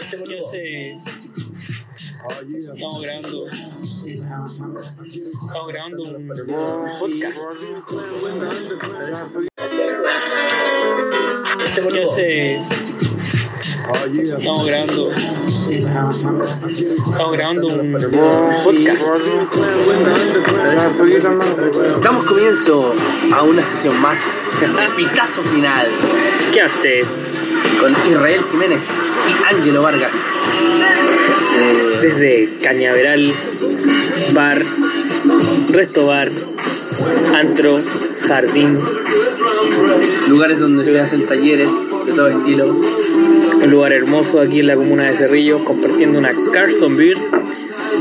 Este boludo. se- Estamos grabando. Estamos grabando un podcast. Este Ya boludo. se- Estamos grabando. Estamos grabando un podcast. Damos comienzo a una sesión más de Pitazo Final ¿Qué hace? con Israel Jiménez y Ángelo Vargas. Eh, Desde Cañaveral, bar, resto bar, antro, jardín, lugares donde se hacen talleres de todo estilo. un lugar hermoso aquí en la comuna de Cerrillos, compartiendo una Carson Beer.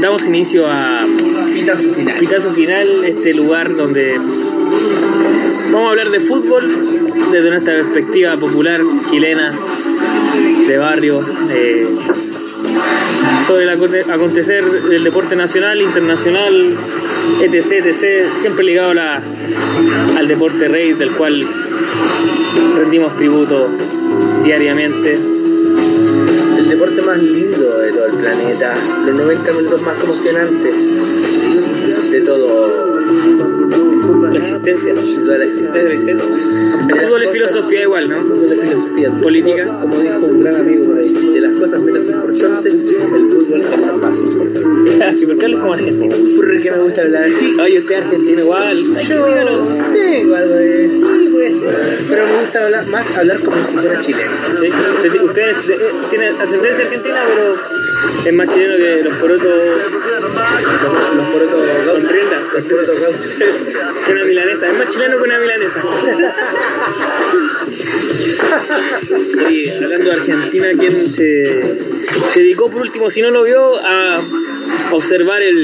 Damos inicio a Pitazo Final. Pitazo Final, este lugar donde vamos a hablar de fútbol desde nuestra perspectiva popular, chilena, de barrio, eh, sobre el aconte- acontecer del deporte nacional, internacional, etc., etc., siempre ligado a la- al deporte rey, del cual rendimos tributo diariamente. El deporte más lindo de todo el planeta. Los 90 minutos más emocionantes de todo. La existencia. De la existencia. El fútbol es filosofía igual, ¿no? de la filosofía. Política. Como dijo un gran amigo por ahí, de las cosas menos importantes, el fútbol es la más importante. Sí, ¿Por qué hablas como argentino? Porque me gusta hablar así. Oye, usted es argentino igual. Yo tengo algo de decir, pues. Pero me gusta hablar, más hablar como si fuera chileno. Sí, usted- Usted es de- eh, tiene ascendencia argentina, pero es más chileno que los porotos Los porotos con gauchos. rienda. Los porotos gauchos. Que una milanesa, es más chileno que una milanesa. Sí, hablando de Argentina, quien se, se dedicó por último, si no lo vio, a observar el,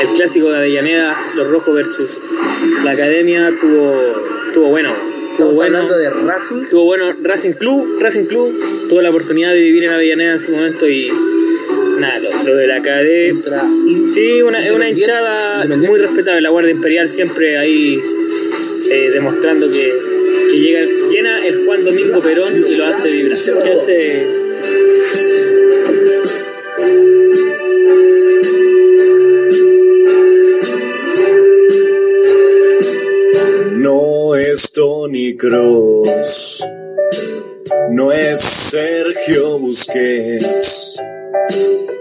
el clásico de Avellaneda, los rojos versus la academia, tuvo, tuvo bueno. Tuvo Estamos bueno. hablando de Racing. Tuvo bueno Racing Club, Racing Club tuvo la oportunidad de vivir en Avellaneda en su momento y nada, lo, lo de la KD. Contra Inter. Sí, una, es una hinchada muy respetable, la Guardia Imperial siempre ahí eh, demostrando que, que llega, llena el Juan Domingo Perón y lo hace vibrar. ¿Qué hace? No es Tony Cross, no es Sergio Busquets.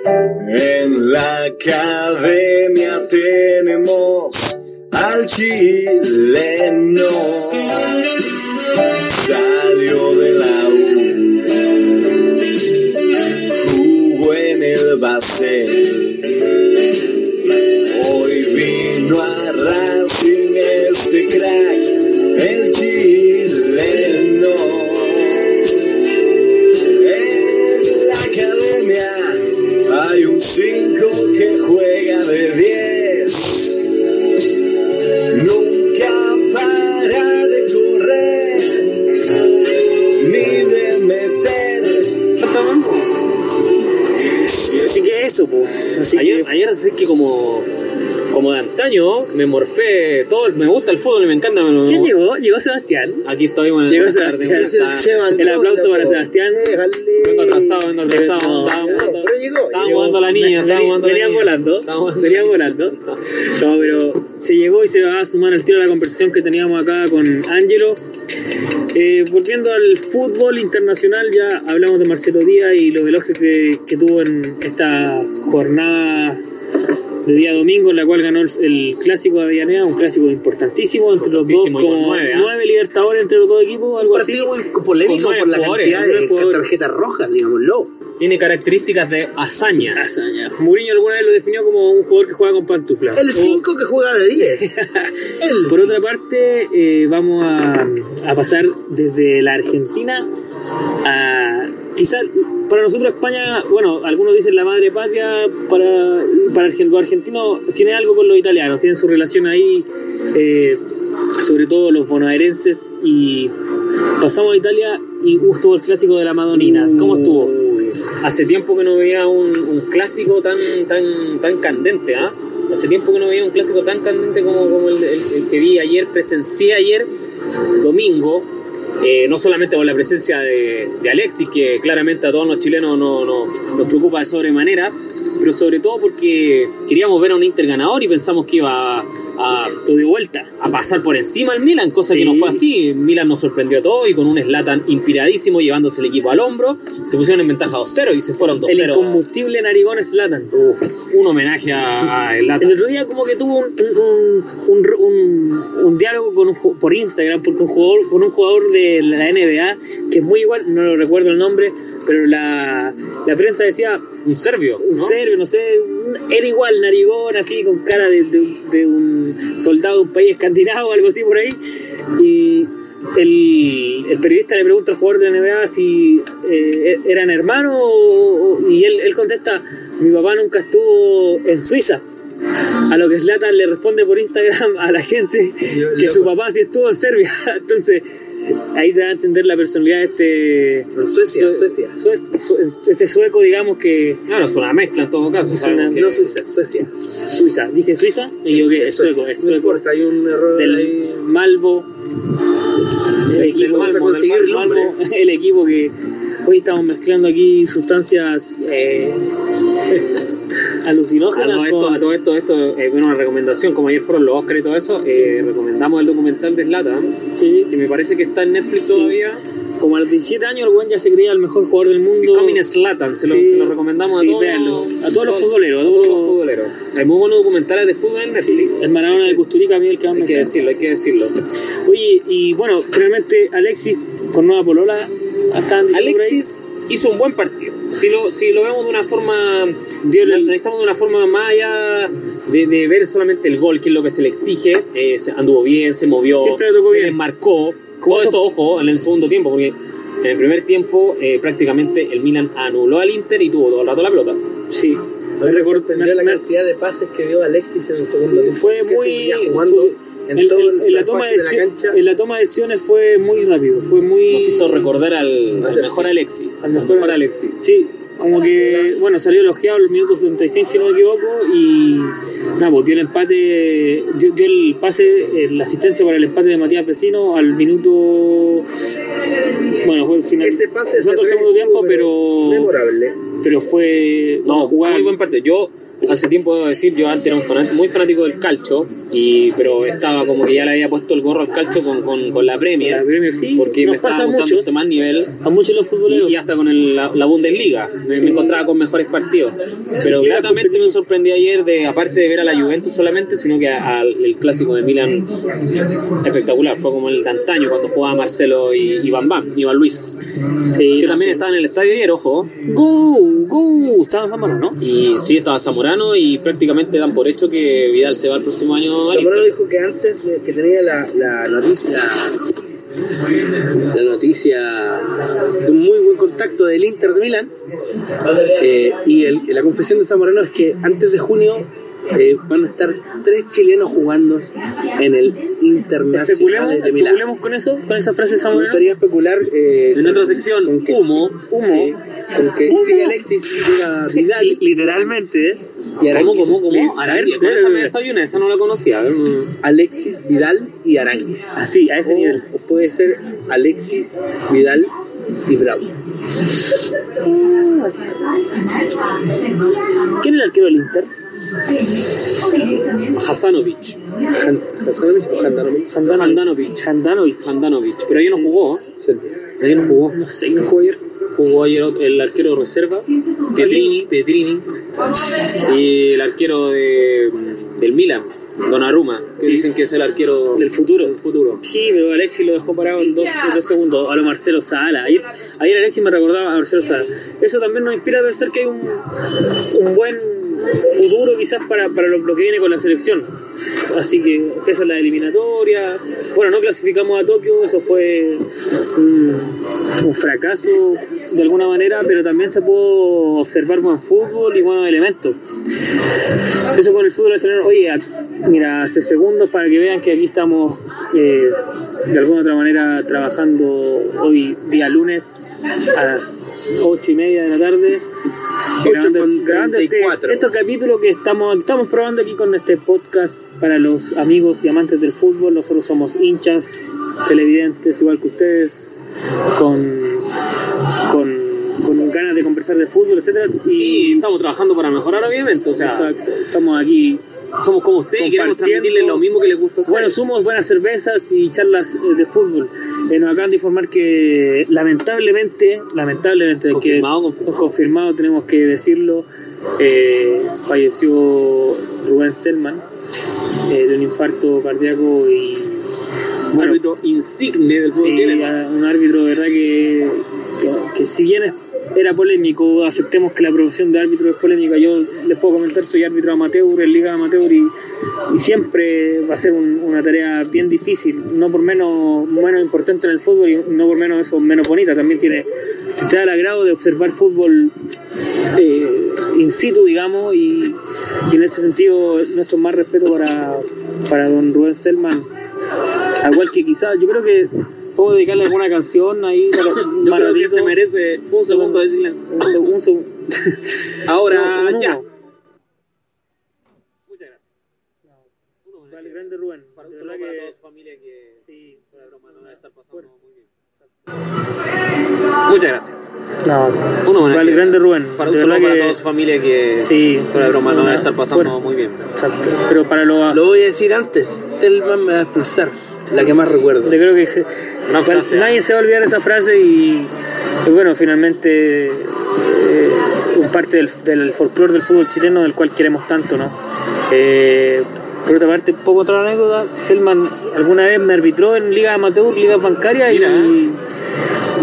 En la academia tenemos al chileno. Salió de la U, jugó en el Basel. Hoy vino a Racing este crack, el chileno. En la academia hay un 5 que juega de 10. Nunca para de correr ni de meter. Y si Así que eso, pues. ayer, ayer así que como, como de antaño, me morfé todo, el- me gusta el fútbol y me encanta. me- me- ¿Quién llegó? Llegó Sebastián. Aquí estoy, bueno, Llegó buenas tardes, Sebastián. buenas tardes. El aplauso para Sebastián. Vengo atrasado, vengo atrasado. Estábamos jugando- Pero llegó. estábamos jugando a la niña, Venía- estábamos jugando a la venía niña. volando. Estábamos jugando a la Venía niña. volando. No, pero se llegó y se va a sumar el tiro a la conversación que teníamos acá con Ángelo. Eh, volviendo al fútbol internacional, ya hablamos de Marcelo Díaz y los elogios que, que tuvo en esta jornada de día domingo, en la cual ganó el, el clásico de Avellaneda, un clásico importantísimo entre los dos, Importantísimo, y con con nueve, nueve, ¿ah? libertadores entre los dos equipos, Un algo así. partido muy polémico Con nueve por la jugadores, cantidad con nueve de jugadores. tarjetas rojas, digámoslo. Tiene características de hazaña. Hazaña. Mourinho alguna vez lo definió como un jugador que juega con pantufla. El O- 5 que juega de 10. El Por otra parte, eh, vamos a, a pasar desde la Argentina a. Quizás para nosotros España, bueno, algunos dicen la madre patria, para, para Argen- los argentinos tiene algo con los italianos, tienen su relación ahí, eh, sobre todo los bonaerenses. Y pasamos a Italia y uh, estuvo el clásico de la Madonina. ¿Cómo estuvo? Hace tiempo que no veía un, un clásico tan, tan, tan candente, ¿ah? Hace tiempo que no veía un clásico tan candente como, como el, el- el que vi ayer, presencié ayer, domingo, eh, no solamente por la presencia de, de, Alexis, que claramente a todos los chilenos no, no, nos preocupa de sobremanera, pero sobre todo porque queríamos ver a un Inter ganador y pensamos que iba a, a de vuelta, a pasar por encima al Milan, cosa sí. que no fue así. Milan nos sorprendió a todos y con un Slatan inspiradísimo llevándose el equipo al hombro, se pusieron en ventaja 2-0 y se fueron 2-0. El incombustible narigón Slatan. Un homenaje a, a Zlatan. El otro día como que tuvo un, un, un, un diálogo con un, por Instagram porque un jugador, con un jugador de la NBA que es muy igual, no lo recuerdo el nombre, pero la, la prensa decía... Un serbio. Un ¿no? serbio, no sé, era igual, narigón, así, con cara de, de, de un soldado de un país escandinavo, algo así por ahí. Y el, el, periodista le pregunta al jugador de la NBA si eh, eran hermanos o, y él, él, contesta, mi papá nunca estuvo en Suiza. A lo que Slatan le responde por Instagram a la gente Yo, que loco. su papá sí estuvo en Serbia. Entonces, ahí se va a entender la personalidad de este en Suecia, su, Suecia. Su, su, este sueco digamos que claro es una mezcla en todo caso una, no Suiza Suecia Suiza dije Suiza me sí, equivoqué es sueco es sueco no importa hay un error del ahí. Malvo el equipo, Malvo, del Malvo, el equipo que hoy estamos mezclando aquí sustancias eh, alucinógenas. Ah, no, esto, con... A todo esto, esto es una recomendación, como ayer fueron los Oscar y todo eso, sí. eh, recomendamos el documental de Slatan, sí. que me parece que está en Netflix sí. todavía. Como a los 17 años el buen ya se creía el mejor jugador del mundo. Becoming Slatan, se, sí. se, lo recomendamos a todos, véanlo. a todos los futboleros. A todos, los futboleros. Hay muy buenos documentales de fútbol en Netflix. El Maradona de Custurica, a mí el que más Hay me que decirlo, hay que decirlo. Oye, y bueno, finalmente Alexis con Nueva Polola. ¿ah, Alexis hizo un buen partido. Si lo, si lo vemos de una forma, Dios, lo analizamos de una forma más allá de, de, ver solamente el gol, que es lo que se le exige, eh, anduvo bien, se movió, se bien. marcó. Todo esto, ojo, en el segundo tiempo, porque en el primer tiempo eh, prácticamente el Milan anuló al Inter y tuvo todo el rato la pelota. Sí. Me, sorprendió la cantidad de pases que dio Alexis en el segundo tiempo. Fue muy... En, el, el, en, la toma de de la en, la toma de decisiones fue muy rápido, fue muy... Nos hizo recordar al, no al mejor Alexis. Al mejor, mejor Alexis. Sí, como que, bueno, salió elogiado el minuto 76, si no me equivoco, y nada, pues, dio el empate, dio, dio el pase, eh, la asistencia para el empate de Matías Vecino al minuto. Bueno, fue el final. Ese pase es otro segundo tiempo, pero. Memorable. Pero fue. No, jugada, muy buen parte. Yo hace tiempo debo decir, yo antes era un fanático, muy fanático del calcho, y, pero estaba como que ya le había puesto el gorro al calcho con, con, con la premia. Sí, porque me estaba pasa gustando este más nivel. A muchos los futboleros. Y hasta con el, la, la, Bundesliga. Me, sí. me, encontraba con mejores partidos. Pero sí, gratamente me sorprendí ayer de, aparte de ver a la Juventus solamente, sino que a, a, el clásico de Milan espectacular. Fue como el de antaño cuando jugaba Marcelo y, y Bam Bam, Iván Luis. Sí, que también estaba en el estadio ayer, ojo. Go, go, estaba Zamorano, ¿no? Y sí, estaba Zamorano y prácticamente dan por hecho que Vidal se va el próximo año. Zamorano dijo que antes que tenía la, la noticia la noticia de un muy buen contacto del Inter de Milán eh, y el, la confesión de Zamorano es que antes de junio eh, van a estar tres chilenos jugando en el Internacional de Milán. ¿Especulemos con eso? ¿Con esa frase Me gustaría especular eh, en otra sección, con que, humo, humo, sí, con que humo. sigue Alexis, llega Vidal. Literalmente, ¿eh? Y ¿Cómo, cómo, cómo? Arangui. Con esa me desayuné, esa no la conocía. Alexis, Vidal y Aranguis. Así, a ese o, nivel. O puede ser Alexis, Vidal y Bravo. ¿Quién era el arquero del Inter? Hasanovic. Han, Hasanovic o Handanovic? Handanovic. Handanovic. Handanovic. Pero ayer no jugó. Serbia. Ayer no jugó. No sé, ¿no jugó ayer? Jugó ayer el arquero de reserva, Petrini, Petrini, y el arquero de, del Milan, Donnarumma, que dicen que es el arquero del futuro. Del futuro. Sí, pero Alexis lo dejó parado en dos, en dos segundos, a lo Marcelo Sala. Ayer, ayer Alexis me recordaba a Marcelo Sala. Eso también nos inspira a pensar que hay un, un buen futuro quizás para, para lo, lo, que viene con la selección. Así que esa es la eliminatoria. Bueno, no clasificamos a Tokio, eso fue un, un, fracaso de alguna manera, pero también se pudo observar buen fútbol y buenos elementos. Eso con el fútbol extranjero. Oye, mira, hace segundos para que vean que aquí estamos eh, de alguna u otra manera trabajando hoy día lunes a las 8 y media de la tarde. 8 con 34. Este, estos capítulos que estamos, estamos probando aquí con este podcast para los amigos y amantes del fútbol. Nosotros somos hinchas, televidentes, igual que ustedes. con, con, con ganas de conversar de fútbol, etcétera Y Y estamos trabajando para mejorar, obviamente. O sea, exacto, estamos aquí. somos como ustedes y queremos Compartiendo. transmitirles lo mismo que les gusta a ustedes. Bueno, sumos, buenas cervezas y charlas eh, de fútbol. Eh, nos acaban de informar que lamentablemente, lamentablemente, que Confirmado, confirmado. confirmado, tenemos que decirlo. eh, falleció Rubén Selman eh, de un infarto cardíaco y bueno, árbitro insigne del fútbol sí, chileno. a- un árbitro de verdad que, que, que si bien es- era polémico, aceptemos que la profesión de árbitro es polémica. Yo les puedo comentar, soy árbitro amateur en Liga Amateur y, y siempre va a ser un- una tarea bien difícil, no por menos, menos importante en el fútbol y no por menos eso, menos bonita. También tiene, te da el agrado de observar fútbol eh, in situ, digamos, y, y en este sentido nuestro más respeto para, para don Rubén Selman, al igual que quizás, yo creo que puedo dedicarle alguna canción ahí, para- Yo creo que Manolito, se merece un segundo de silencio. un seg- un seg- Ahora, no, un ya. uno. Muchas gracias. Vale, grande Rubén, Para de un verdad saludo para toda que su familia que sí, por la broma no va a estar pasando muy bien. Muchas gracias. no, Un homenaje. vale, grande Rubén, Para un de saludo verdad para que toda su familia que sí, por la broma no va a una- estar pasando bueno, muy bien. exacto, pero para lo, Lo voy a decir antes, Selman me va a expulsar, la que más recuerdo. Yo creo que se- Una frase. nadie se va a olvidar esa frase y, y bueno, finalmente eh, un parte del, del folclore del fútbol chileno del cual queremos tanto, ¿no? Eh, por otra parte, poco otra anécdota, Selman alguna vez me arbitró en Liga Amateur, Liga Bancaria y, Mira.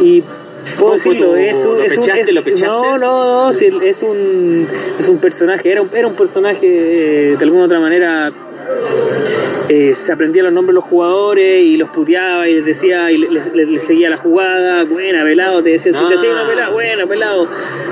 y puedo ¿Cómo fue decirlo, tu- es un, lo es un- pechaste, es- lo pechaste? no, no, no, si el- es un es un personaje, era un, era un personaje eh, de alguna u otra manera eh, se aprendía los nombres de los jugadores y los puteaba y les decía y les, les- les seguía la jugada, buena, pelado, te decía, si te Ah. hacía una pelada, buena, pelado.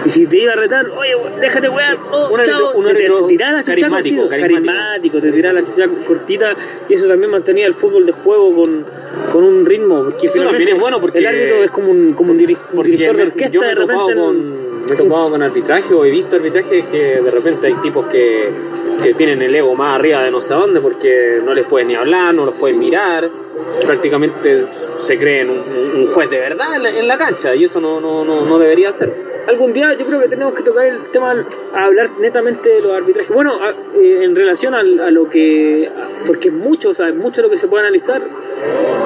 Y si te iba a retar, oye, we- déjate wear, oh, Un árbitro- chao, un te- te, árbitro tiraba la chucha carismático, cortita, carismático. carismático, te tiraba la chucha cortita y eso también mantenía el fútbol de juego con, con un ritmo, porque Eso también finalmente es bueno porque- el árbitro es como un, como un, diri- un Porque director de me- orquesta yo me he de repente topado en- con, me he topado con arbitraje o he visto arbitraje que de repente hay tipos que, que tienen el ego más arriba de no sé dónde porque no les pueden ni hablar, no los pueden mirar, prácticamente se creen un, un juez de verdad en la, en la cancha y eso no, no, no, no debería ser. Algún día yo creo que tenemos que tocar el tema, a hablar netamente de los arbitrajes. Bueno, a- eh, en relación al- a, lo que, a- porque mucho, o sea, mucho de lo que se puede analizar,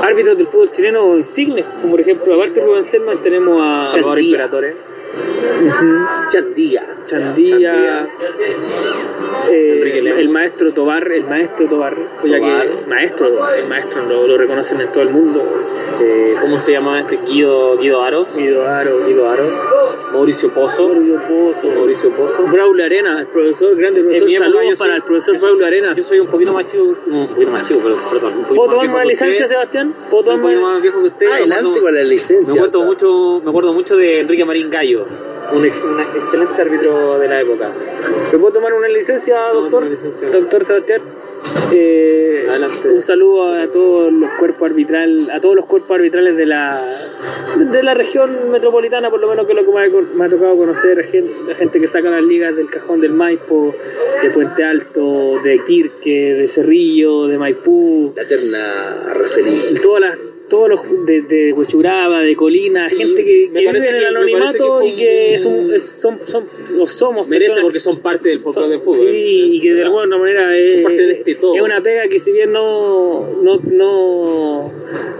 árbitros del fútbol chileno insignes, como por ejemplo, aparte de Rubén Selman, tenemos a Salvador Sandía. Imperatore, Ujú, Chandía. Chandía, eh, Enrique Lemus. el maestro Tobar, el maestro Tobar, ya Tobar. que maestro, el maestro lo, lo reconocen en todo el mundo, eh, ¿cómo se llama este? Guido, Guido Aros, Guido Aro, Guido Aros, Mauricio Pozo, Guido Pozo, Mauricio Pozo. Braulio Arena, el profesor, grande En mi profesor, época yo saludos soy- para el yo profesor soy- Braulio Arena. Yo soy un poquito más chico, no, un poquito más chico, pero perdón, un poquito ¿Puedo más tomar viejo una que licencia, ustedes. Sebastián? ¿Puedo Soy un tomar poquito más viejo que Ah, usted. Adelante con la me licencia. acuerdo, mucho, me acuerdo mucho de Enrique Marín Gallo, un, ex- un excelente árbitro de la época. ¿Me puedo tomar una licencia, doctor? Una licencia. Doctor Sebastián. Eh, Adelante. un saludo a todos los cuerpos arbitral, a todos los cuerpos arbitrales de la de la región metropolitana, por lo menos que es lo que me ha, con- me ha tocado conocer, gen- la gente que saca las ligas del cajón del Maipo, de Puente Alto, de Quirque, de Cerrillo, de Maipú, La terna referida. y todas las todos los de, de Huechuraba, de Colina, Sí, gente sí, que, me que vive parece en el que- me parece que anonimato fue y que un- es un- es- son, son, o somos Merece personas- porque son parte del folclore son- del fútbol. Sí, y que de ¿verdad? alguna manera es, Son parte de este todo. es una pega que si bien no, no, no,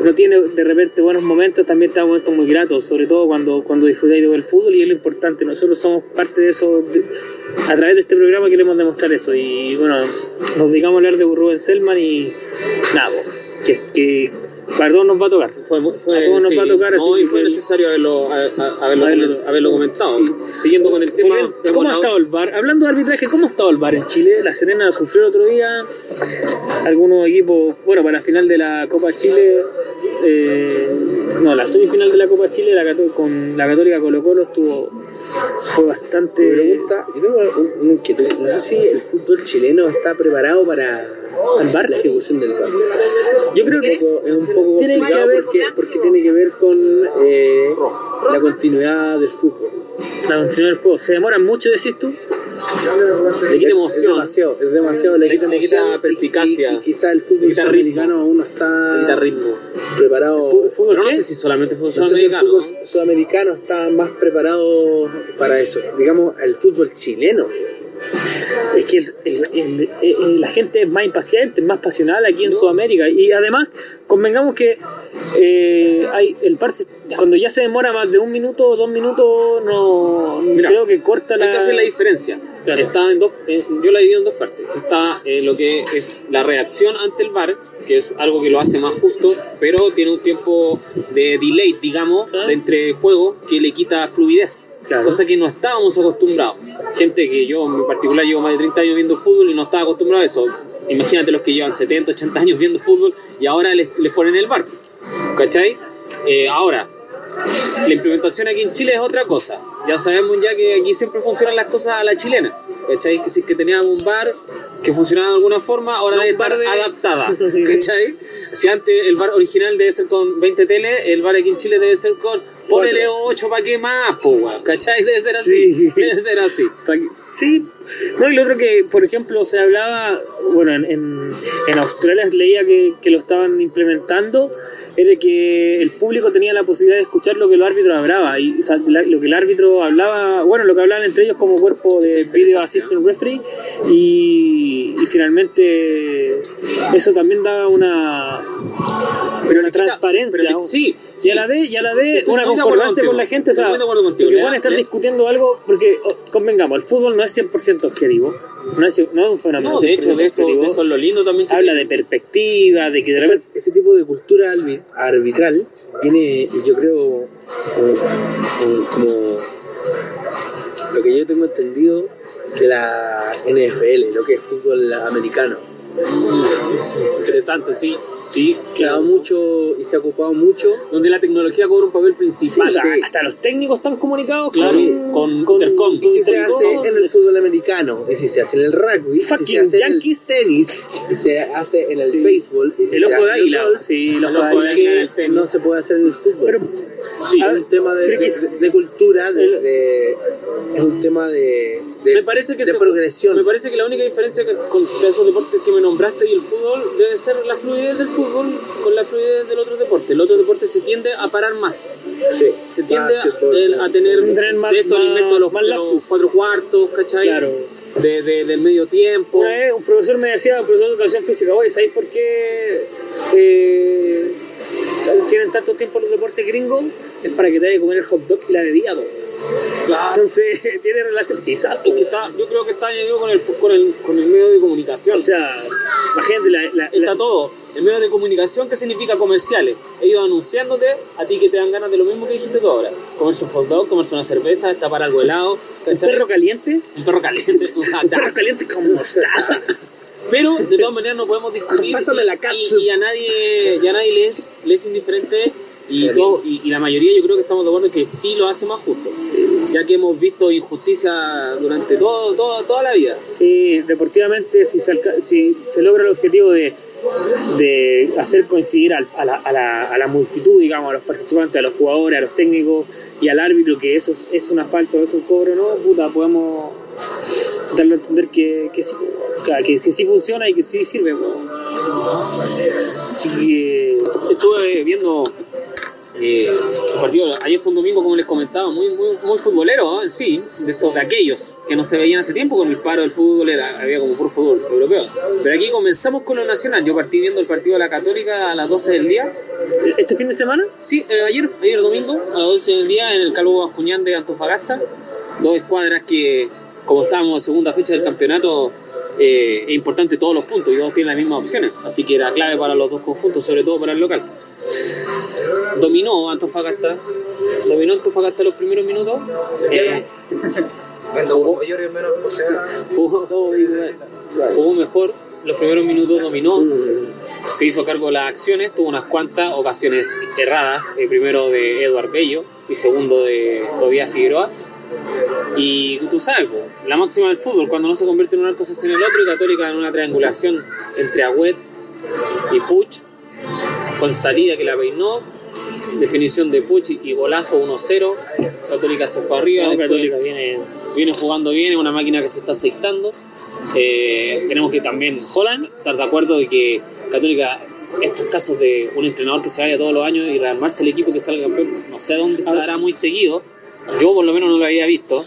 no tiene de repente buenos momentos, también está momentos muy gratos, sobre todo cuando, cuando disfrutáis del fútbol y es lo importante, nosotros somos parte de eso, de- a través de este programa queremos demostrar eso y bueno, nos dedicamos a hablar de Rubén Selman y nada, pues, que, que pardón nos va a tocar. Fue, mu- fue- A todos nos va a tocar, no, así y que fue el- necesario haberlo, a- a- haberlo, Haberlo- comen- haberlo comentado. sí. Siguiendo con el tema. Muy bien. hemos ¿Cómo ha hablado- estado el bar? Hablando de arbitraje, ¿cómo ha estado el bar en Chile? La Serena sufrió el otro día. Algunos equipos, bueno, para la final de la Copa Chile, eh, no, la semifinal de la Copa Chile, la Cató- con la Católica Colo Colo estuvo, fue Me bastante. pregunta, yo tengo un- una inquietud. No sé si el fútbol chileno está preparado para ¿Al bar? la ejecución del bar. Yo creo que Es un poco- es un poco Tiene que complicado haber- porque, porque tiene que ver con eh, la continuidad del fútbol. la continuidad del juego se demora mucho, decís tú. Le quita Es emoción. demasiado, es demasiado, le Le quita quita- le quita emoción y- perspicacia. Y, y quizá el Le fútbol quita ritmo. sudamericano aún no Le quita está ritmo. preparado. Fútbol, fútbol, no no sé sé si solamente fútbol No sé si el sudamericano. fútbol sudamericano está más preparado para eso. Digamos, el fútbol chileno. Es que el- el- el- el- la gente es más impaciente, es más pasional aquí en Sudamérica. Y además, convengamos que eh, hay el par se- cuando ya se demora más de un minuto o dos minutos, no Mira, creo que corta la. Hay que hacer la diferencia. Claro. Está en dos, eh, yo la divido en dos partes. Está eh, lo que es la reacción ante el VAR, que es algo que lo hace más justo, pero tiene un tiempo de delay, digamos, Claro. de entre juego que le quita fluidez. Ah. Claro. Cosa que no estábamos acostumbrados. Gente que yo en particular llevo más de 30 años viendo fútbol y no estaba acostumbrado a eso. Imagínate los que llevan 70, 80 años viendo fútbol y ahora les, les ponen el VAR. ¿Cachai? Eh, ahora, la implementación aquí en Chile es otra cosa. Ya sabemos ya que aquí siempre funcionan las cosas a la chilena. ¿Cachai? Que si es que teníamos un bar que funcionaba de alguna forma, ahora No, hay un bar bar de- adaptada. ¿Cachai? Si antes el bar original debe ser con 20 teles, el bar aquí en Chile debe ser con ponele 8 para que más, po, weón. ¿Cachai? Debe ser así. Sí. Debe ser así. Pa' que- Sí, no, y lo otro que, por ejemplo, se hablaba, bueno, en, en, en Australia leía que, que lo estaban implementando, era que el público tenía la posibilidad de escuchar lo que el árbitro hablaba, y, o sea, la- lo que el árbitro hablaba, bueno, lo que hablaban entre ellos como cuerpo de Video Assistant Referee, y, y finalmente eso también daba una, una transparencia. Pero un- le- sí, y a la vez, y a la vez Estoy una muy de acuerdo concordancia contigo. con la gente, o sea, Estoy muy de acuerdo contigo. porque Le- van a estar le- discutiendo algo, porque oh, convengamos, el fútbol no es 100% objetivo, no es, no es un fenómeno. No, de hecho, 100% de eso, objetivo. de eso es lo lindo también. que Habla tiene. de perspectiva, de que de Ese, repente. ese tipo de cultura albi- arbitral tiene, yo creo, eh, eh, como lo que yo tengo entendido de la NFL, lo que es fútbol americano. Interesante, sí. Sí, Se ha dado mucho y se ha ocupado mucho Donde la tecnología cobra un papel principal. o sea, sí. Hasta los técnicos están comunicados Claro, con, con Intercom. Y si se Intercom. hace en el fútbol americano, y si se hace en el rugby, y si se Fucking Yankees. hace en el tenis, y se hace en el Sí. béisbol, y si El se ojo hace de en el águila. golf, Sí, el ojo de Lo ¿por que águila. qué en el tenis. no se puede hacer en el fútbol. Pero Sí. a es ver, un tema de, creo que de- es- de cultura, de, el- de- es un tema de, de, me parece que de se- progresión. me parece que la única diferencia que- con esos deportes que me nombraste y el fútbol debe ser la fluidez del fútbol con la fluidez del otro deporte el otro deporte se tiende a parar más Sí. se tiende a, Básquetbol, el- a tener Un tren más- de esto más- el invento de los, más de los lapsus. cuatro cuartos ¿cachai? Ah, Claro. de, de- del medio tiempo Una vez un profesor me decía, un profesor de educación física, oye, ¿sabéis por qué eh, tienen tanto tiempo los deportes gringos? Es para que te vayas a comer el hot dog y la bebida, po. Claro. Entonces, tiene relación, quizás. Es que está- yo creo que está añadido con el, con el, con el medio de comunicación O sea, la gente, la, la- está la- todo. El medio de comunicación que significa comerciales. Ellos anunciándote a ti que te dan ganas de lo mismo que dijiste tú ahora. Comerse un hot dog, comerse una cerveza, destapar algo helado, el ¿cachai? perro caliente, un perro caliente, un hot el dog. perro caliente con mostaza. Pero de todas maneras no podemos discutir. Pásame y- la catsup. y, y a nadie, y a nadie le, es, le es indiferente. Y, Claro. todo- y, y la mayoría yo creo que estamos de acuerdo en que sí lo hace más justo. Ya que hemos visto injusticia durante todo, todo- toda la vida. Sí, deportivamente, si se, alca- si se logra el objetivo de, de hacer coincidir al- a, la, a la- a la multitud, digamos, a los participantes, a los jugadores, a los técnicos y al árbitro, que eso es, es una falta o es un cobro, ¿no? Puta, podemos darle a entender que, que, sí, que, que sí funciona y que sí sirve, weón. Así que. Estuve viendo eh, un partido, ayer fue un domingo, como les comentaba, muy, muy, muy futbolero ¿eh? en sí, de, estos, de aquellos que no se veían hace tiempo con el paro del fútbol, era- había como puro fútbol europeo. Pero aquí comenzamos con lo nacional, yo partí viendo el partido de la Católica a las 12 del día. ¿Este fin de semana? Sí, eh, ayer, ayer domingo, a las 12 del día, en el Calvo Bascuñán de Antofagasta, dos escuadras que, como estábamos en segunda fecha del campeonato, eh, es importante todos los puntos y todos tienen las mismas opciones, así que era clave para los dos conjuntos, sobre todo para el local. Dominó Antofagasta, dominó Antofagasta los primeros minutos. eh, Vendo mayor y menos por sea. jugó, jugó mejor los primeros minutos, dominó, se hizo cargo de las acciones, tuvo unas cuantas ocasiones erradas, eh, primero de Eduard Bello y segundo de Tobias Figueroa. Y tú sabes, po, la máxima del fútbol, cuando no se convierte en una cosa sin el otro, y Católica en una triangulación entre Agüet y Puch, con salida que la peinó, definición de Puch y golazo 1-0. Católica se fue arriba, No, después Católica viene. viene jugando bien, es una máquina que se está aceitando. Eh, tenemos que también Holland estar de acuerdo de que Católica, estos casos de un entrenador que se vaya todos los años y rearmarse el equipo que salga campeón, no sé dónde se dará muy seguido. Yo por lo menos no lo había visto.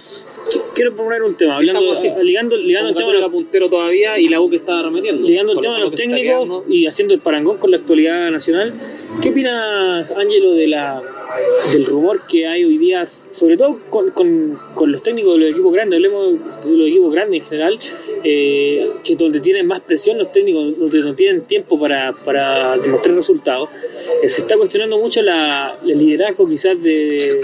Quiero proponer un tema, hablando, Estamos así. ligando, ligando el Con tema a Católica los- puntero todavía y la U que está remetiendo. Llegando al Con tema de lo los que se está técnicos quedando. y haciendo el parangón con la actualidad nacional, ¿qué opinas, Ángelo, de la, del rumor que hay hoy día, sobre todo con, con- con los técnicos de los equipos grandes, hablemos de los equipos grandes en general, eh, que donde tienen más presión los técnicos, donde no tienen tiempo para, para demostrar resultados, eh, se está cuestionando mucho la, el liderazgo quizás de,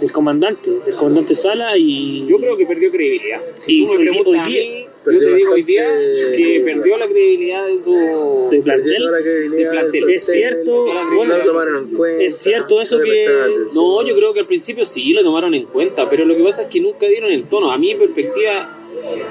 del comandante, del comandante Sala y... Yo creo que perdió credibilidad. Y Si tú sobre me preguntas todo a hoy mí, yo perdió te digo hoy bastante- día que perdió la credibilidad de su... de plantel, Perdiendo la credibilidad de del plantel. ah, plantel, es cierto, bueno, No lo tomaron en cuenta. es cierto eso no le que- prestaron atención. No, yo creo que al principio sí lo tomaron en cuenta, pero lo que pasa es que nunca dieron el tono. A mi perspectiva,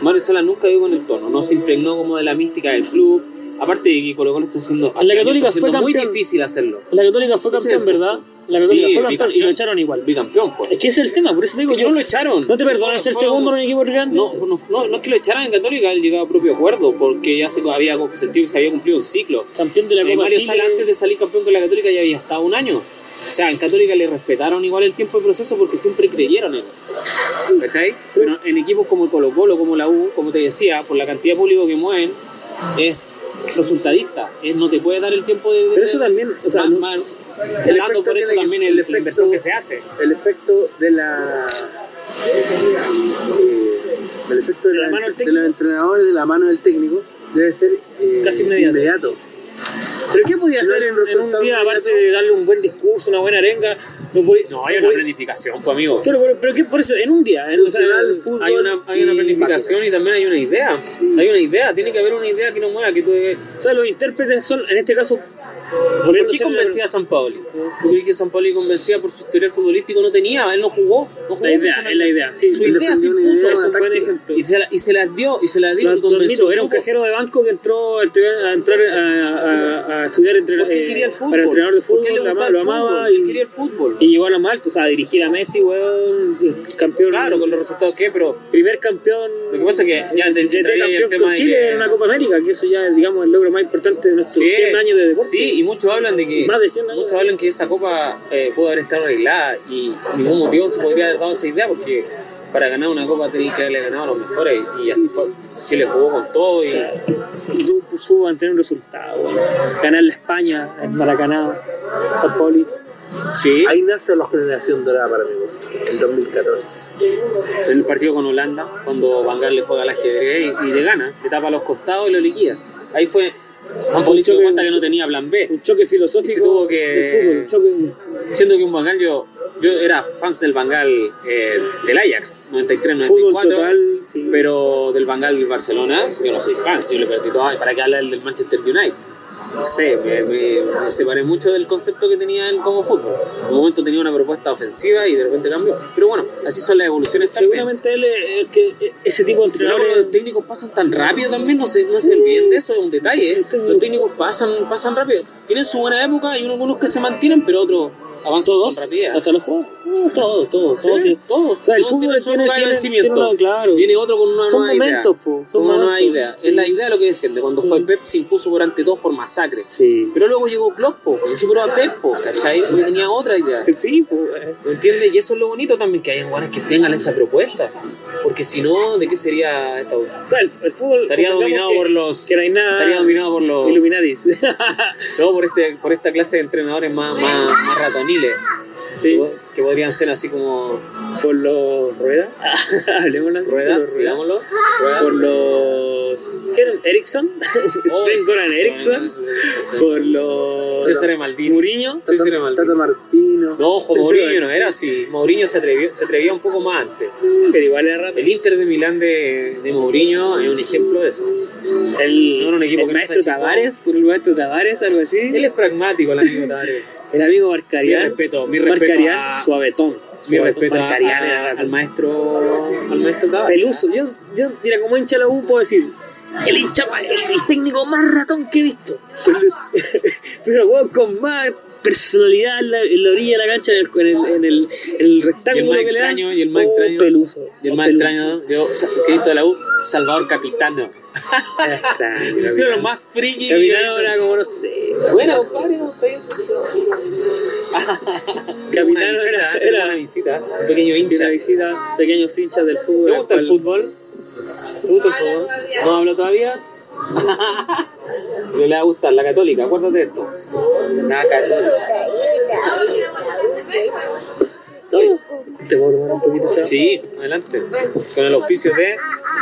Mario Sala nunca dio con el tono, no se impregnó como de la mística del club. Aparte de que Colo Colo está haciendo, hace años Católica está siendo fue muy campeón. difícil hacerlo. La Católica fue Ese es el campeón, ¿verdad? punto. La Católica Sí, fue campeón y bicampeón. lo echaron igual. Bicampeón, fue. Es que ese es el tema, por eso te digo pues. Porque yo. no lo echaron. No te Sí, perdonan fue- ser fue segundo un- en un equipo grande. No, no, no, no es que lo echaran en Católica, él llegaba a propio acuerdo, porque ya se había sentido que se había cumplido un ciclo. Campeón de la Eh, Copa Mario Chile. Sala antes de salir campeón con la Católica ya había estado un año. O sea, en Católica le respetaron igual el tiempo de proceso porque siempre creyeron en él. ¿Cachai? Pero en equipos como el Colo Colo, como la U, como te decía, por la cantidad de público que mueven, es resultadista. Es, no te puede dar el tiempo de... Pero eso también, o sea, Más- no- más- el dando efecto por hecho tiene que- también el el, la efecto- inversión que se hace. El efecto de la. eh, el efecto de, De la la- mano del de técnico. los entrenadores, de la mano del técnico, debe ser eh, Casi inmediato. Pero ¿qué podía Si no hacer hay en, un en un resultado día, aparte inmediato? de darle un buen discurso, una buena arenga? No, puede- No, hay una puede- planificación, pues, amigo. Claro, pero, pero ¿qué? por eso, en un día, en, o sea, Funcional, en- fútbol hay una, hay una y planificación y también hay una idea. Hay una idea, tiene que haber una idea que no mueva, que tú... o sea, los intérpretes son, en este caso, ¿Por volviendo a qué ser la- convencía a San Paoli? ¿Tú crees que San Paoli convencía por su historial futbolístico? No tenía, él no jugó. No jugó La idea, es la personalmente. idea, sí. Su Él idea se defendió una impuso. idea, es un una buen táctica. ejemplo. Y se, la, y se las dio, y se las dio, Lo- y lo convenció. admito, era pues, un grupo. cajero de banco que entró a, entregar- a entrar a, a- a estudiar entre, Porque él eh, quería el fútbol. para entrenador de Porque fútbol, él le lo ama- gustaba lo el fútbol, amaba él y- quería el fútbol. Y llegó a lo más alto, o sea, dirigir a Messi, weón, campeón. claro, con los resultados que, pero Primer campeón. lo que pasa es que ya te, de entraría ahí el campeón tema con de Chile que- en una Copa América, que eso ya es, digamos, el logro más importante de nuestros Sí, 100 años de deporte. sí, y muchos hablan de que Más de 100 años. muchos hablan que esa copa eh, pudo haber estado arreglada y ningún motivo se podría haber dado esa idea porque para ganar una copa tenías que haberle ganado a los mejores y así fue. Chile jugó con todo y Tú pues, subo mantener un resultado, weón. Ganar la España, el Maracaná, San Pauli. sí, Ahí nace la generación dorada para mí, el 2014. en el partido con Holanda cuando Van Gaal le juega al ajedrez y, y le gana, le tapa los costados y lo liquida. Ahí fue San Poli se dio cuenta que no tenía plan B. Un choque filosófico. Ese tuvo que- del fútbol, un choque. Siendo que un Bangal, yo, yo era fans del Bangal eh, del Ajax, 93-94. Fútbol total, sí. Pero del Bangal del Barcelona, yo no soy fans, yo le perdí todo. Ay, ¿Para qué hablar del Manchester United? No sé, me, me- me separé mucho del concepto que tenía él como fútbol. En un momento tenía una propuesta ofensiva y de repente cambió. Pero bueno, así son las evoluciones también. Seguramente él es es que ese tipo de Pero ahora los entrenadores. técnicos pasan tan rápido también, no se, no se olviden de eso, es un detalle. ¿eh? Los técnicos pasan, pasan rápido. Tienen su buena época, hay algunos que se mantienen, pero otros avanzan con rapidez. Hasta los juegos. Uh, No, todo, todo. Sí, todo, sí. todos, O sea, el todos fútbol tienen su tiene, lugar de tiene, vencimiento. tiene una- claro. Viene otro con una Son nueva momentos, idea. po, son Con una nueva momentos, idea. sí. Es la idea lo que defiende. Cuando fue Sí. Pep se impuso por ante todos por masacre. Sí. Pero luego llegó Klopp, po, y superó a Pep, po, ¿cachai? Porque tenía otra idea. Sí, pues. ¿Me entiendes? Y eso es lo bonito también, que hayan guanes que tengan esa propuesta. Porque si no, ¿de qué sería esta O sea, el, el fútbol. Estaría convengamos dominado que- por los... Que no hay nada. Estaría dominado por los... Illuminatis. No, por, este, por esta clase de entrenadores más, más, más ratoniles. Sí. Que, po- que podrían ser así como... por los rueda hablemos de Rueda, los rueda digámoslo. Rueda. Oh, por los ¿qué eran? Ericsson Sven Goran Ericsson por los César Maldini. Mourinho Sí, sí, era Tata, mal. Tata Martino. No, ojo, Mourinho no era así. Mourinho se atrevió, se atrevía un poco más antes. pero igual era rápido El Inter de Milán de, de Mourinho es un ejemplo de eso. el, No era un equipo el que no se maestro achicó. Tavares por el maestro Tavares algo así Él es pragmático, el amigo Tavares. el amigo Mi Barcarian respeto, mi respeto. Barcarian a- suavetón mi Suavetón. respeto a- Barcarian era a- rápido. al maestro. Al maestro Tavares. Peluso yo, yo mira como hincha de la U puedo decir el hincha pa- el, el técnico más ratón que he visto pero weón, con más personalidad en la, en la orilla de la cancha, en el, en el, en el, en el Y el rectángulo más que le dan. extraño, y el más oh, extraño. Peluso, Y el oh, más peluso. extraño, yo, Cristo de la U, Salvador Capitano. Extraño, Eso es lo más friki. que Capitano yo he era visto. como, no sé. Buena, compadre, ¿cómo estáis? Capitano Una visita, era- tengo era- una visita, un pequeño hincha. Una visita, pequeños hinchas del fútbol. ¿Te gusta el al fútbol? ¿Te gusta el No habla fútbol? todavía. ¿No hablo todavía? No le va a gustar la católica, acuérdate de esto. La católica. cual- Te puedo tomar un poquito esa. Sí, adelante. Con el auspicio de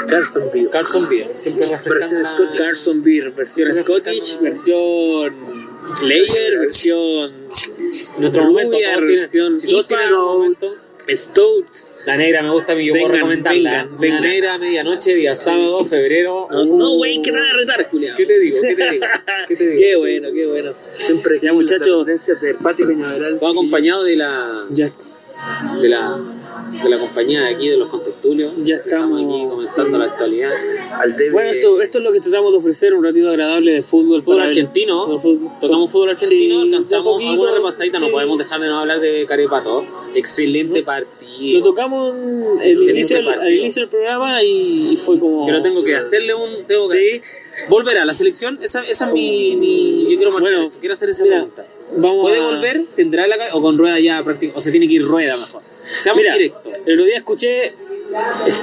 Carson Beer. Carlson Beer. Siempre refrescando Versión la- Scott Carson Beer, versión Refrescando Scottish, la- versión Layer, versión En nuestro momento, Rubia, todos tienen, versión si todos tienen su Ipa. momento, Stout. la negra me gusta a mí, yo puedo Vengan, recomendarla. vengan, La vengan. negra, Ah, medianoche, día sábado, febrero. No, no, güey, que me van a retar, culiao. Uh. ¿Qué te digo? ¿Qué te digo? ¿Qué te digo? Qué bueno, qué bueno. Siempre Ya, muchachos. tendencias de Pati Peñaveral. Todo acompañado de la, Ya, de la, de la compañía de aquí, de los contestulios. ya estamos. aquí comentando la actualidad. Al debe. Bueno, esto, esto es lo que tratamos de ofrecer, un ratito agradable de fútbol. Fútbol para el- argentino. del fútbol- Tocamos fútbol argentino, Sí, alcanzamos de a poquito, alguna repasadita, no sí. podemos dejar de no hablar de Carepato. Excelente No- partido. Lo tocamos en- al Excelente inicio, del- al partido. inicio del programa y fue como... que no tengo que hacerle un. Tengo que volver a la selección. Esa, esa es mi, mi- Yo quiero marcar Bueno, eso, Quiero hacer esa mira, pregunta. Vamos ¿Puede a- volver? ¿Tendrá la. ca- O con rueda ya prácticamente. O se tiene que ir rueda mejor. Seamos Mira, directos. el otro día escuché...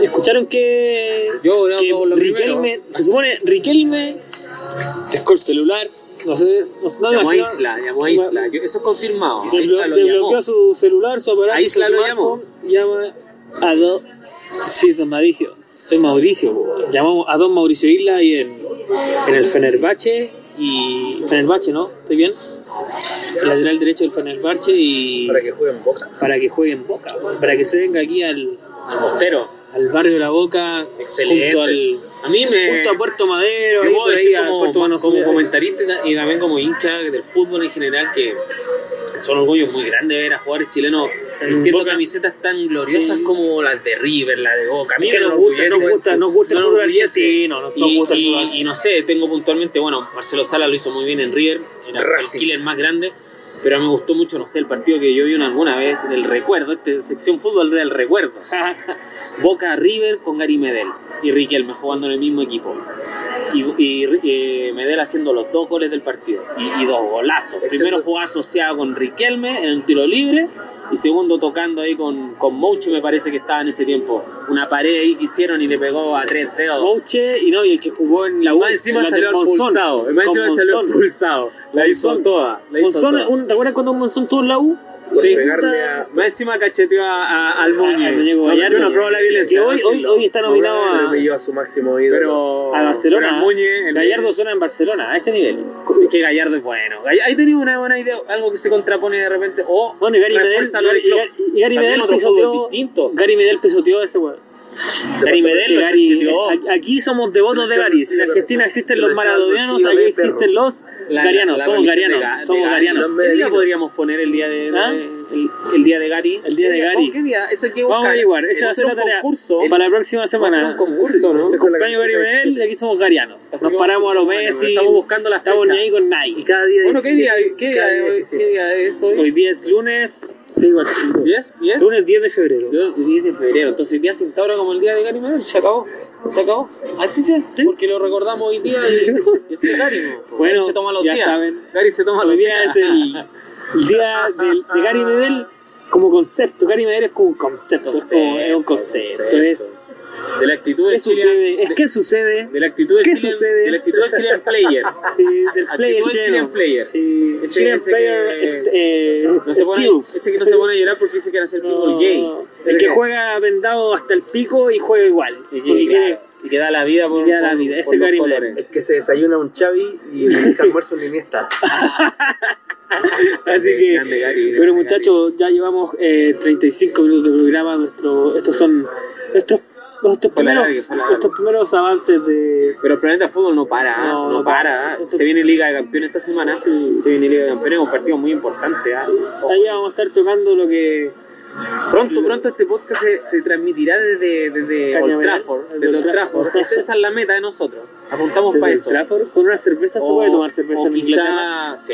¿Escucharon que... Yo creo que que lo Riquelme... primero. Se supone Riquelme... Sacó el celular. No sé... No, no me Llamó a imagino- Isla, llamó a Isla. Yo- eso es confirmado. Se A Isla blo- lo desbloqueó llamó. su celular, su aparato, A Isla su lo smartphone, Llama a Don... Sí, don Mauricio. Soy Mauricio. po. Llamamos a don Mauricio Isla y en, en el Fenerbache y... Fenerbache, ¿no? ¿Estoy bien? El lateral derecho del Fenerbache y... Para que jueguen Boca. para que juegue en Boca, para que se venga aquí al, Al Mostero. al barrio de la Boca, Excelente. junto, al, A mí me. junto a Puerto Madero, Yo ahí puedo por decir ahí, a como, Puerto Manos como Unidas. comentarista y también como hincha del fútbol en general que son orgullos muy grandes ver a jugadores chilenos En vistiendo Boca. camisetas tan gloriosas Sí. como las de River, la de Boca. A mí Que me nos gusta, enorgullece. nos gusta, nos gusta el No fútbol enorgullece. argentino, nos, nos Y, gusta el y- fútbol y no sé, tengo puntualmente, bueno, Marcelo Sala lo hizo muy bien en River, era el Racing. killer más grande, pero me gustó mucho, no sé, el partido que yo vi una- alguna vez del recuerdo, este, sección fútbol del recuerdo. Boca River con Gary Medel y Riquelme jugando en el mismo equipo. Y, y, eh, Medel haciendo los dos goles del partido y, y dos golazos. Primero jugada asociada con Riquelme en un tiro libre y segundo tocando ahí con, con Mouche, me parece que estaba en ese tiempo. Una pared ahí que hicieron y le pegó a tres dedos. Mouche y no, y el que jugó en la U. Más encima el lateral salió Monzón. expulsado. Más Con encima salió Monzón. expulsado. La hizo Monzón. toda. La hizo Monzón, toda. un- ¿Te acuerdas cuando Monzón tuvo en la U? Por Sí. Ah. pegarle a. Más encima cacheteó a, a- al Al- al Muñe. muñeco No, Gallardo. yo no probó la violencia. Que hoy, hoy, decirlo. hoy está nominado Pero a, se lleva a su máximo ídolo. Pero. a pero Barcelona. el Muñe, el- Gallardo suena en Barcelona, a ese nivel. Es que Gallardo es bueno. Gall- Ahí tenía una buena idea. Algo que se contrapone de repente. O. Bueno, y Gary Medel, Refuerza lo del y Gary- y Gary también Medel otro fútbol pisoteó- distinto. Gary Medel pisoteó a ese weón. Gary Medel lo Gary- cacheteó. es- aquí somos devotos de Gary. Si en Argentina existen los maradonianos, allí existen los La- garianos. la Somos camiseta de garianos. Ga- Somos de Gary. garianos. ¿Qué día podríamos poner el día de, ¿Ah? el, el día de Gary? El día de ¿Qué Gary. ¿Qué día? Eso hay que Vamos a buscar. averiguar. Esa va a Vamos ser la hacer un tarea concurso. para la próxima Vamos a hacer un semana. concurso, ¿no? Sí, sí. Cumpleaños Gary Medel y aquí somos garianos. Así Nos que paramos a los vamos hacer un Messi. concurso. Estamos buscando la Estamos fecha. ni ahí con Y Nike. cada día. Bueno, ¿qué día, 17, qué día, cada es- 17. qué día es hoy? Hoy día es lunes. te digo, chico. ¿Diez? ¿Diez? Lunes 10 de febrero. Yo- el 10 de febrero, entonces el día sin Tauro como el día de Gary Medel, se acabó, se acabó. Así se, porque lo recordamos hoy día y, y así es Gary. ¿no? Gary Bueno, se toma los ya días. saben. Gary se toma los Hoy día días. es el, el día del- de Gary Medel como concepto. Gary Medel es como un concepto. Es, como- es un concepto. Concepto, Es, de la actitud ¿Qué de Chilean- sucede? Es de- que sucede. de la actitud de ¿Qué Chilean- sucede? de la actitud de Chilean player. Sí, del Actitud player del chileno. Chilean player. Sí, Ese- Chilean ese player que- este, eh, No se pone, skills. ese que no se pone a llorar porque dice que era ser fútbol No, gay. El que juega vendado hasta el pico y juega igual. Y porque que, claro, y que da la vida por, y que da la por- vida, por ese los Gary Medel. colores. Es que se desayuna un Chavi y se almuerza un Iniesta. quiere- Así que. Grande Gary, Pero grande Gary. muchachos, ya llevamos eh, 35 minutos de programa. Nuestro, estos son nuestros, nuestros, Fue largo, primeros, fue largo. nuestros primeros avances de. Pero el planeta fútbol no para, ¿ah? No, no, no para. ¿ah? para. Se viene Liga de Campeones esta semana, se viene Liga de Campeones, un partido muy importante. ¿ah? Ojo. Allá vamos a estar tocando lo que Pronto, pronto este podcast se, se transmitirá desde, desde Old Cañaveral. Trafford. Desde Old Trafford. Esa es la meta de nosotros. Apuntamos Desde para el eso. Trafford, con una cerveza se O- puede tomar cerveza o en quizá- Inglaterra. Sí.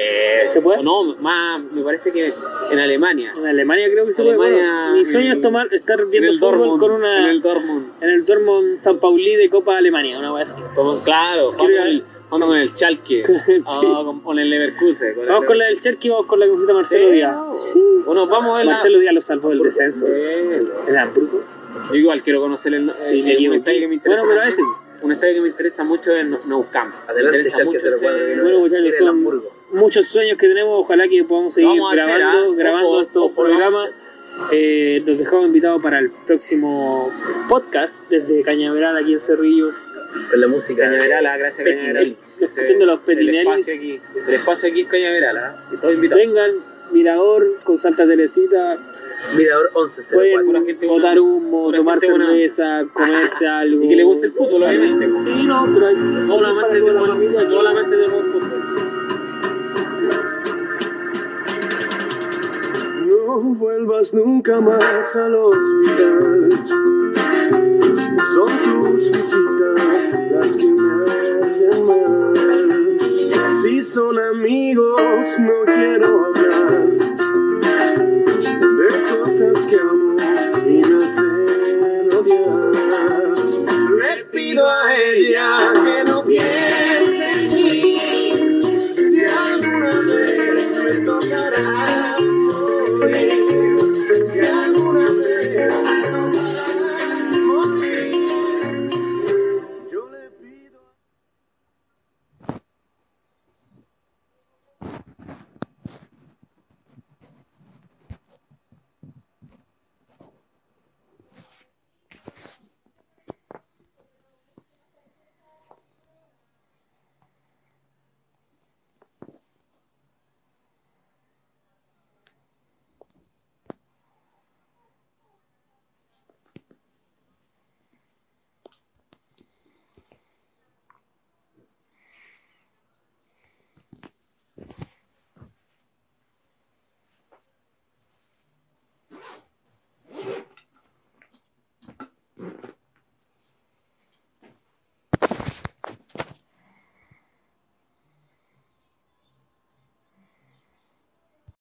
¿Se puede? O no, más, me parece que en Alemania. En Alemania creo que se puede. Alemania, bueno. mi sueño es tomar, estar En viendo el fútbol Dortmund. con una. En el Dortmund. Dortmund San Pauli de Copa Alemania, una vez así. Como- claro, vamos con Quiero ir el, vamos con el Chalke. Sí. Ah, con, con el Leverkusen. el Vamos con la del Cherky, vamos con la camiseta de Marcelo Sí, Díaz. vamos. Sí. O nos vamos en la- Marcelo Díaz lo salvó del Hamburgo. descenso. Sí. ¿En Hamburgo? Yo igual quiero conocer el, Sí, eh, me un equivoqué. estadio que me interesa. Bueno, pero a también. ese. Un estadio que me interesa mucho es Nou- Nou Camp. Me Adelante, interesa Schalke mucho ese- 04, que no- Bueno, muchachos, Del son Hamburgo. muchos sueños que tenemos. Ojalá que podamos seguir vamos a hacer, grabando, ¿ah? grabando Ojo, estos ojo, lo programas. vamos a Eh, los dejamos invitados para el próximo podcast desde Cañaveral aquí en Cerrillos. Con la música. Cañaveral, ah, gracias Cañaveral. Petinelis. Escuchando los El petinelis. espacio aquí, el espacio aquí es Cañaveral, ¿ah? Y todo invitado. Vengan, Mirador, con Santa Teresita. Mirador 11, pura Pueden gente botar humo, pura tomar gente buena. cerveza, comerse algo. Y que le guste el fútbol, obviamente. Sí, no, pero hay Todos los amantes de buen- todos los amantes de buen fútbol. No vuelvas nunca más al hospital. Son tus visitas las que me hacen mal. Si son amigos, no quiero hablar de cosas que amo y me hacen odiar. Le pido a ella